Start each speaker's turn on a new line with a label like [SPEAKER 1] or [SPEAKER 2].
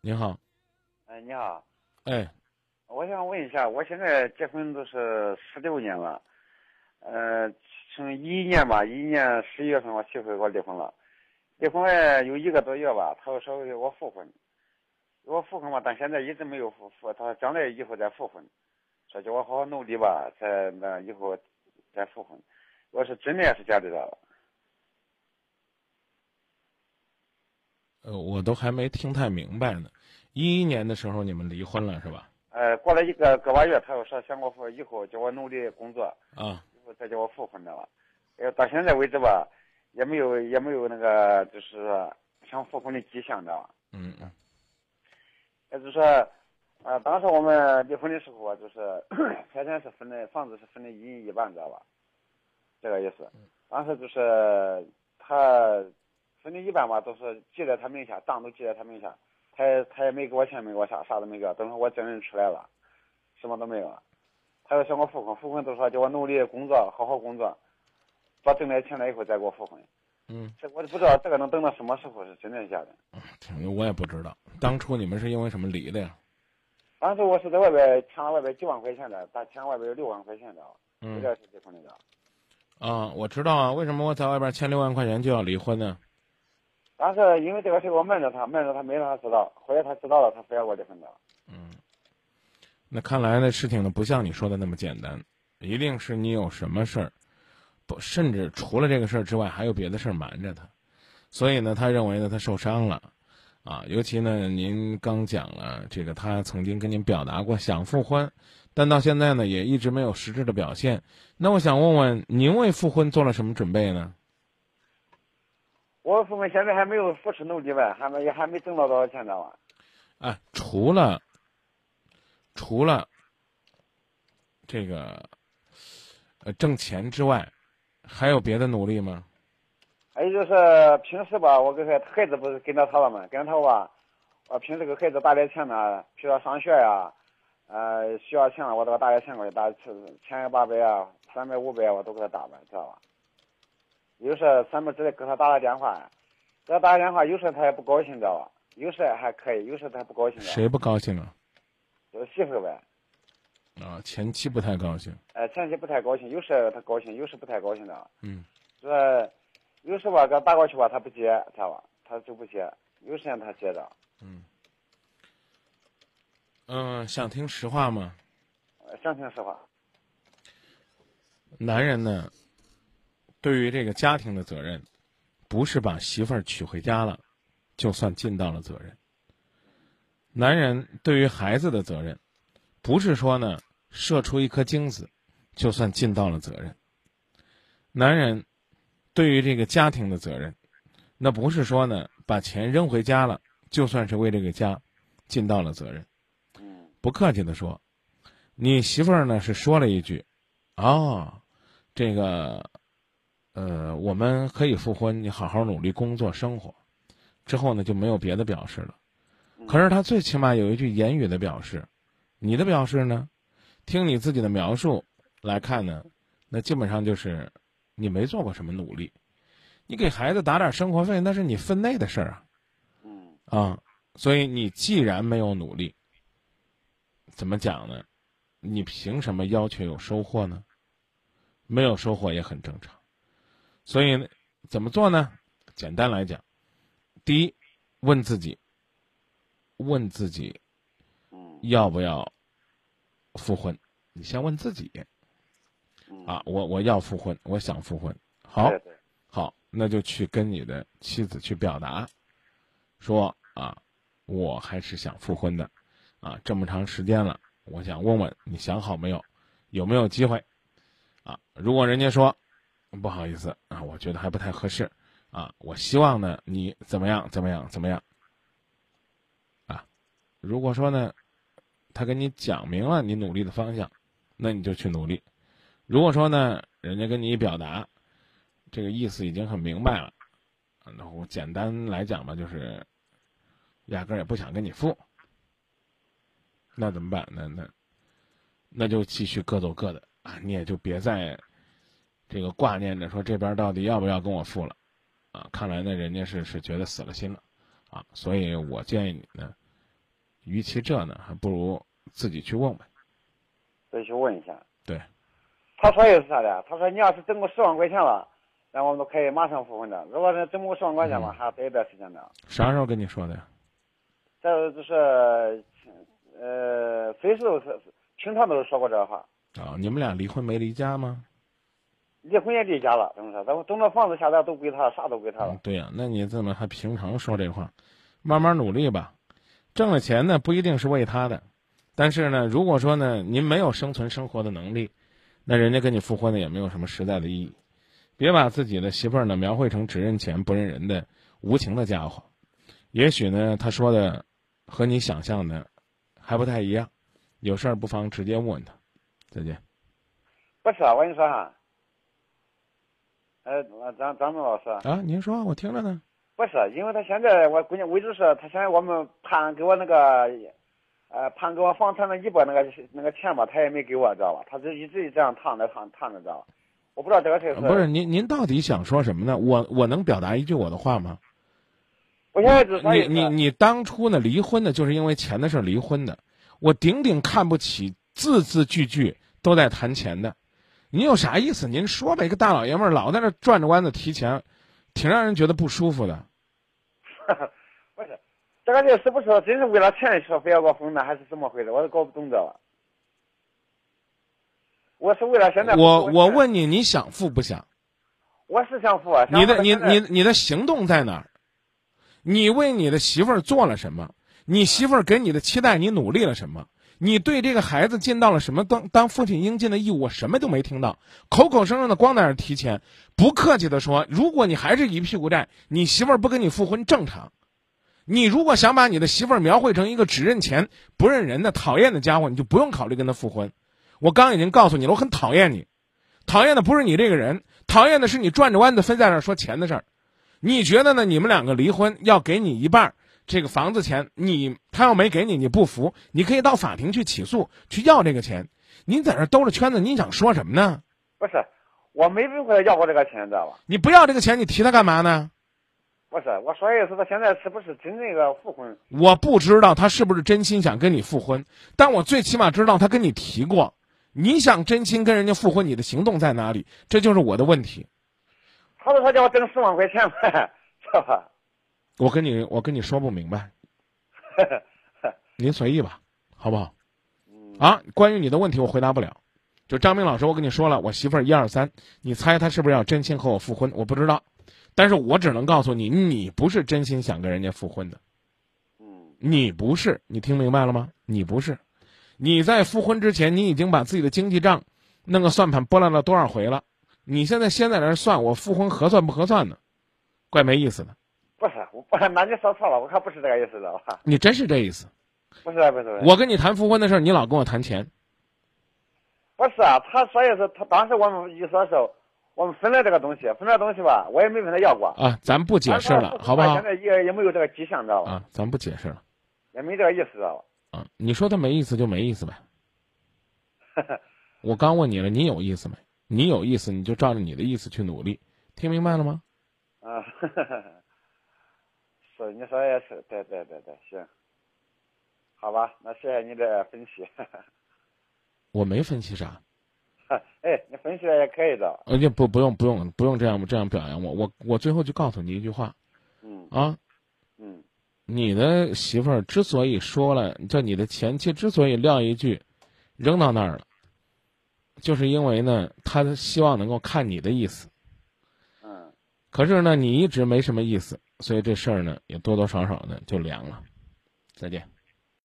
[SPEAKER 1] 你好，
[SPEAKER 2] 哎，你好，
[SPEAKER 1] 哎，
[SPEAKER 2] 我想问一下，我现在结婚都是十六年了，呃，从一一年吧，一一年十一月份我媳妇儿给我离婚了，离婚了有一个多月吧，她又说给我复婚，给我复婚吧，但现在一直没有复复，她说将来以后再复婚，说叫我好好努力吧，再那以后再复婚，我是真的也是家里的，
[SPEAKER 1] 呃，我都还没听太明白呢。一一年的时候你们离婚了是吧？
[SPEAKER 2] 呃，过了一个个把月，她又说想我复以后叫我努力工作，
[SPEAKER 1] 啊，
[SPEAKER 2] 后再叫我复婚的了。呃，到现在为止吧，也没有也没有那个就是说想复婚的迹象的。
[SPEAKER 1] 嗯嗯
[SPEAKER 2] 也就是说，呃，当时我们离婚的时候啊，就是财产是 分的，房子是分的一人一半，知道吧？这个意思。当时就是他分的一半吧，都是记在他名下，账都记在他名下，他也他也没给我钱，没给我啥，啥都没给我。等于说我证人出来了，什么都没有了。他又向我复婚，复婚都说叫我努力工作，好好工作，把挣来钱了以后再给我复婚。
[SPEAKER 1] 嗯，
[SPEAKER 2] 这我都不知道这个能等到什么时候，是真的假的。
[SPEAKER 1] 挺嗯我也不知道，当初你们是因为什么离的呀？
[SPEAKER 2] 当时我是在外边欠了外边几万块钱的，他欠了外边有六万块钱的，
[SPEAKER 1] 嗯
[SPEAKER 2] 这个是离婚的。
[SPEAKER 1] 啊，我知道啊，为什么我在外边欠六万块钱就要离婚呢？
[SPEAKER 2] 但是因为这个事我瞒着他，瞒着他没让他知道，后来他知道了，他非要我离婚的。
[SPEAKER 1] 那看来那事情呢不像你说的那么简单，一定是你有什么事儿，不，甚至除了这个事儿之外，还有别的事儿瞒着他，所以呢，他认为呢他受伤了，啊，尤其呢您刚讲了这个他曾经跟您表达过想复婚，但到现在呢也一直没有实质的表现，那我想问问您为复婚做了什么准备呢？
[SPEAKER 2] 我父母现在还没有扶持努力呗，还没也还没挣到多少钱呢吧？
[SPEAKER 1] 哎，除了除了这个呃挣钱之外，还有别的努力吗？
[SPEAKER 2] 还有就是平时吧，我跟孩孩子不是跟着他了嘛，跟着他吧，我平时给孩子打点钱呢，比如说上学呀、呃，需要钱了，我都给他打点钱过去，打千八百啊，三百五百我都给他打呗，知道吧？有时候咱们只得给他打打电话，给他打个电话，有时候他也不高兴，知道吧？有时候还可以，有时候他还不高兴的，
[SPEAKER 1] 谁不高兴啊？
[SPEAKER 2] 就是媳妇呗。
[SPEAKER 1] 啊，前妻不太高兴。
[SPEAKER 2] 呃，前期不太高兴，有时候他高兴，有时候不太高兴的。
[SPEAKER 1] 嗯，
[SPEAKER 2] 这有时候吧，给他打过去吧，他不接，知道吧？他就不接，有时间他接着。
[SPEAKER 1] 嗯、想听实话吗？
[SPEAKER 2] 呃想听实话，
[SPEAKER 1] 男人呢，对于这个家庭的责任，不是把媳妇儿娶回家了，就算尽到了责任。男人对于孩子的责任，不是说呢射出一颗精子，就算尽到了责任。男人对于这个家庭的责任，那不是说呢把钱扔回家了，就算是为这个家尽到了责任。
[SPEAKER 2] 嗯，
[SPEAKER 1] 不客气的说，你媳妇儿呢是说了一句，哦，这个，呃，我们可以复婚，你好好努力工作生活。之后呢就没有别的表示了。
[SPEAKER 2] 嗯
[SPEAKER 1] 可是他最起码有一句言语的表示，你的表示呢？听你自己的描述来看呢，那基本上就是你没做过什么努力。你给孩子打点生活费，那是你分内的事儿啊。
[SPEAKER 2] 嗯
[SPEAKER 1] 啊，所以你既然没有努力，怎么讲呢？你凭什么要求有收获呢？没有收获也很正常。所以呢怎么做呢？简单来讲，第一，问自己，问自己
[SPEAKER 2] 嗯
[SPEAKER 1] 要不要复婚？你先问自己
[SPEAKER 2] 嗯，
[SPEAKER 1] 啊，我我要复婚，我想复婚。好，
[SPEAKER 2] 对对，
[SPEAKER 1] 好，那就去跟你的妻子去表达，说啊，我还是想复婚的，啊，这么长时间了，我想问问你想好没有，有没有机会，啊，如果人家说不好意思啊，我觉得还不太合适，啊，我希望呢你怎么样怎么样怎么样，啊，如果说呢，他跟你讲明了你努力的方向，那你就去努力，如果说呢，人家跟你表达。这个意思已经很明白了。啊那我简单来讲吧，就是压根儿也不想跟你复，那怎么办？那那那就继续各走各的啊！你也就别再这个挂念着说这边到底要不要跟我复了啊！看来呢，人家是是觉得死了心了啊，所以我建议你呢，与其这呢，还不如自己去问问。
[SPEAKER 2] 得去问一下。
[SPEAKER 1] 对，
[SPEAKER 2] 他说也是啥的，他说你要是挣够十万块钱了，那我们都可以马上复婚的。如果是挣不够十万块钱嘛，
[SPEAKER 1] 嗯
[SPEAKER 2] 还得一段时间的。
[SPEAKER 1] 啥时候跟你说的呀？
[SPEAKER 2] 这就是，呃，随时都是，平常都是说过这话。
[SPEAKER 1] 啊、你们俩离婚没离家吗？
[SPEAKER 2] 离婚也离家了，等于说，咱们等着房子下来都归他，啥都归他了
[SPEAKER 1] 嗯。对呀、那你怎么还平常说这话？慢慢努力吧，挣了钱呢不一定是为他的，但是呢，如果说呢您没有生存生活的能力，那人家跟你复婚呢也没有什么实在的意义。别把自己的媳妇儿呢描绘成只认钱不认人的无情的家伙，也许呢他说的和你想象的还不太一样，有事儿不妨直接问他。再见。
[SPEAKER 2] 不是，啊我跟你说哈，呃，张张明老师，
[SPEAKER 1] 啊，您说我听着呢。
[SPEAKER 2] 不是，因为他现在我估计为止是，他现在我们判给我那个，呃，判给我房产的一半那个那个钱吧，他也没给我，知道吧？他就一直这样躺着躺躺着，知道吧？我不知道这个事儿
[SPEAKER 1] 不是您您到底想说什么呢？我我能表达一句我的话吗？
[SPEAKER 2] 我现在只啥意
[SPEAKER 1] 你
[SPEAKER 2] 思？
[SPEAKER 1] 你你当初呢离婚呢，就是因为钱的事儿离婚的。我顶顶看不起，字字句句都在谈钱的。您有啥意思？您说呗，一个大老爷们儿老在那转着弯子提钱，挺让人觉得不舒服的。
[SPEAKER 2] 不是，这个事是不是真是为了钱说非要给我分的，还是怎么回事？我都搞不懂这了。我是为了现在
[SPEAKER 1] 我我，问你，你想富不想？
[SPEAKER 2] 我是想付啊，想
[SPEAKER 1] 你的
[SPEAKER 2] 付
[SPEAKER 1] 你
[SPEAKER 2] 现在
[SPEAKER 1] 你你的行动在哪儿？你为你的媳妇儿做了什么？你媳妇儿给你的期待，你努力了什么？你对这个孩子尽到了什么当当父亲应尽的义务？我什么都没听到，口口声声的光在那儿提钱。不客气的说，如果你还是一屁股债，你媳妇儿不跟你复婚正常。你如果想把你的媳妇儿描绘成一个只认钱不认人的讨厌的家伙，你就不用考虑跟她复婚。我刚已经告诉你了，我很讨厌你。讨厌的不是你这个人，讨厌的是你转着弯子非在那儿说钱的事儿。你觉得呢？你们两个离婚要给你一半儿这个房子钱，你他要没给你，你不服，你可以到法庭去起诉，去要这个钱。您在这儿兜着圈子，您想说什么呢？
[SPEAKER 2] 不是，我没问过他要过这个钱，知道吧？
[SPEAKER 1] 你不要这个钱，你提它干嘛呢？
[SPEAKER 2] 不是，我说意思，他现在是不是真那个复婚？
[SPEAKER 1] 我不知道他是不是真心想跟你复婚，但我最起码知道他跟你提过，你想真心跟人家复婚，你的行动在哪里？这就是我的问题。
[SPEAKER 2] 他说他叫我挣十万块钱呗，知道吧？
[SPEAKER 1] 我跟你，我跟你说不明白，您随意吧，好不好？啊，关于你的问题我回答不了。就张明老师，我跟你说了，我媳妇儿一二三，你猜她是不是要真心和我复婚？我不知道，但是我只能告诉你，你不是真心想跟人家复婚的，
[SPEAKER 2] 嗯，
[SPEAKER 1] 你不是，你听明白了吗？你不是，你在复婚之前，你已经把自己的经济账弄个算盘拨乱了多少回了？你现在先在那儿算我复婚合算不合算呢？怪没意思的，
[SPEAKER 2] 不是，我不，那你说错了，我可不是这个意思，知道吧？
[SPEAKER 1] 你真是这意思。
[SPEAKER 2] 不是，啊不是，不是
[SPEAKER 1] 我跟你谈复婚的事儿，你老跟我谈钱，
[SPEAKER 2] 不是啊，他说意思，他当时我们一说是，我们分了这个东西，分了东西吧，我也没问他要过，
[SPEAKER 1] 啊，咱不解释了，好不
[SPEAKER 2] 现
[SPEAKER 1] 好？
[SPEAKER 2] 在也也没有这个迹象，知道吧？
[SPEAKER 1] 啊，咱不解释了
[SPEAKER 2] 也没这个意思，知道吧？
[SPEAKER 1] 啊！你说他没意思就没意思呗。 我刚问你了，你有意思没？你有意思，你就照着你的意思去努力，听明白了吗？
[SPEAKER 2] 啊，是，你说也是，对对对对，行，好吧，那谢谢你的分析，
[SPEAKER 1] 我没分析啥，
[SPEAKER 2] 哎，你分析的也可以的，
[SPEAKER 1] 呃，就不不用不用不用这样这样表扬我，我我最后就告诉你一句话
[SPEAKER 2] 嗯
[SPEAKER 1] 啊，
[SPEAKER 2] 嗯
[SPEAKER 1] 你的媳妇儿之所以说了，就你的前妻之所以撂一句，扔到那儿了，就是因为呢，她希望能够看你的意思。
[SPEAKER 2] 嗯，
[SPEAKER 1] 可是呢，你一直没什么意思，所以这事儿呢也多多少少呢就凉了。再见。